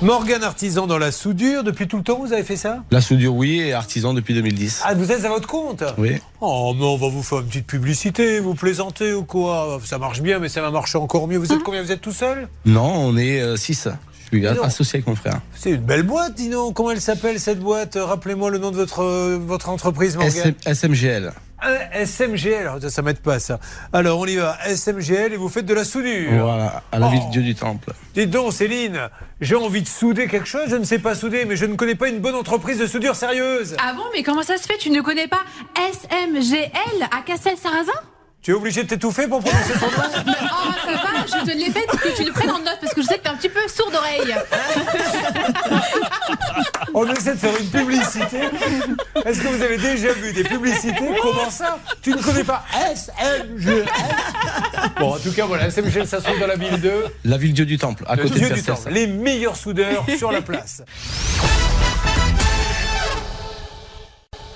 Morgan artisan dans la soudure, depuis tout le temps vous avez fait ça La soudure, oui, et artisan depuis 2010. Ah, vous êtes à votre compte Oui. Oh, mais on va vous faire une petite publicité, vous plaisantez ou quoi Ça marche bien, mais ça va marcher encore mieux. Vous êtes combien Vous êtes tout seul Non, on est 6. Je suis Mais non. associé avec mon frère. C'est une belle boîte, dis donc. Comment elle s'appelle cette boîte Euh, Rappelez-moi le nom de votre, euh, votre entreprise, Morgan. SM SMGL. Un SMGL, Alors, ça, ça m'aide pas ça. Alors on y va, SMGL et vous faites de la soudure. Voilà, à la Oh. ville Dieu du Temple. Dites donc, Céline, j'ai envie de souder quelque chose, je ne sais pas souder, mais je ne connais pas une bonne entreprise de soudure sérieuse. Ah bon, mais comment ça se fait Tu ne connais pas SMGL à Castel-Sarrazin Tu es obligé de t'étouffer pour prononcer son nom Oh, ça va, je te l'ai fait pour que tu le prennes en note parce que je sais que t'es un petit peu sourd d'oreille. On essaie de faire une publicité. Est-ce que vous avez déjà vu des publicités Comment ça Tu ne connais pas SMGL Bon, en tout cas, voilà, SMGL, ça se trouve dans la ville de... La ville Dieu du Temple, à Le côté de Dieu du Cercès. Temple. les meilleurs soudeurs sur la place.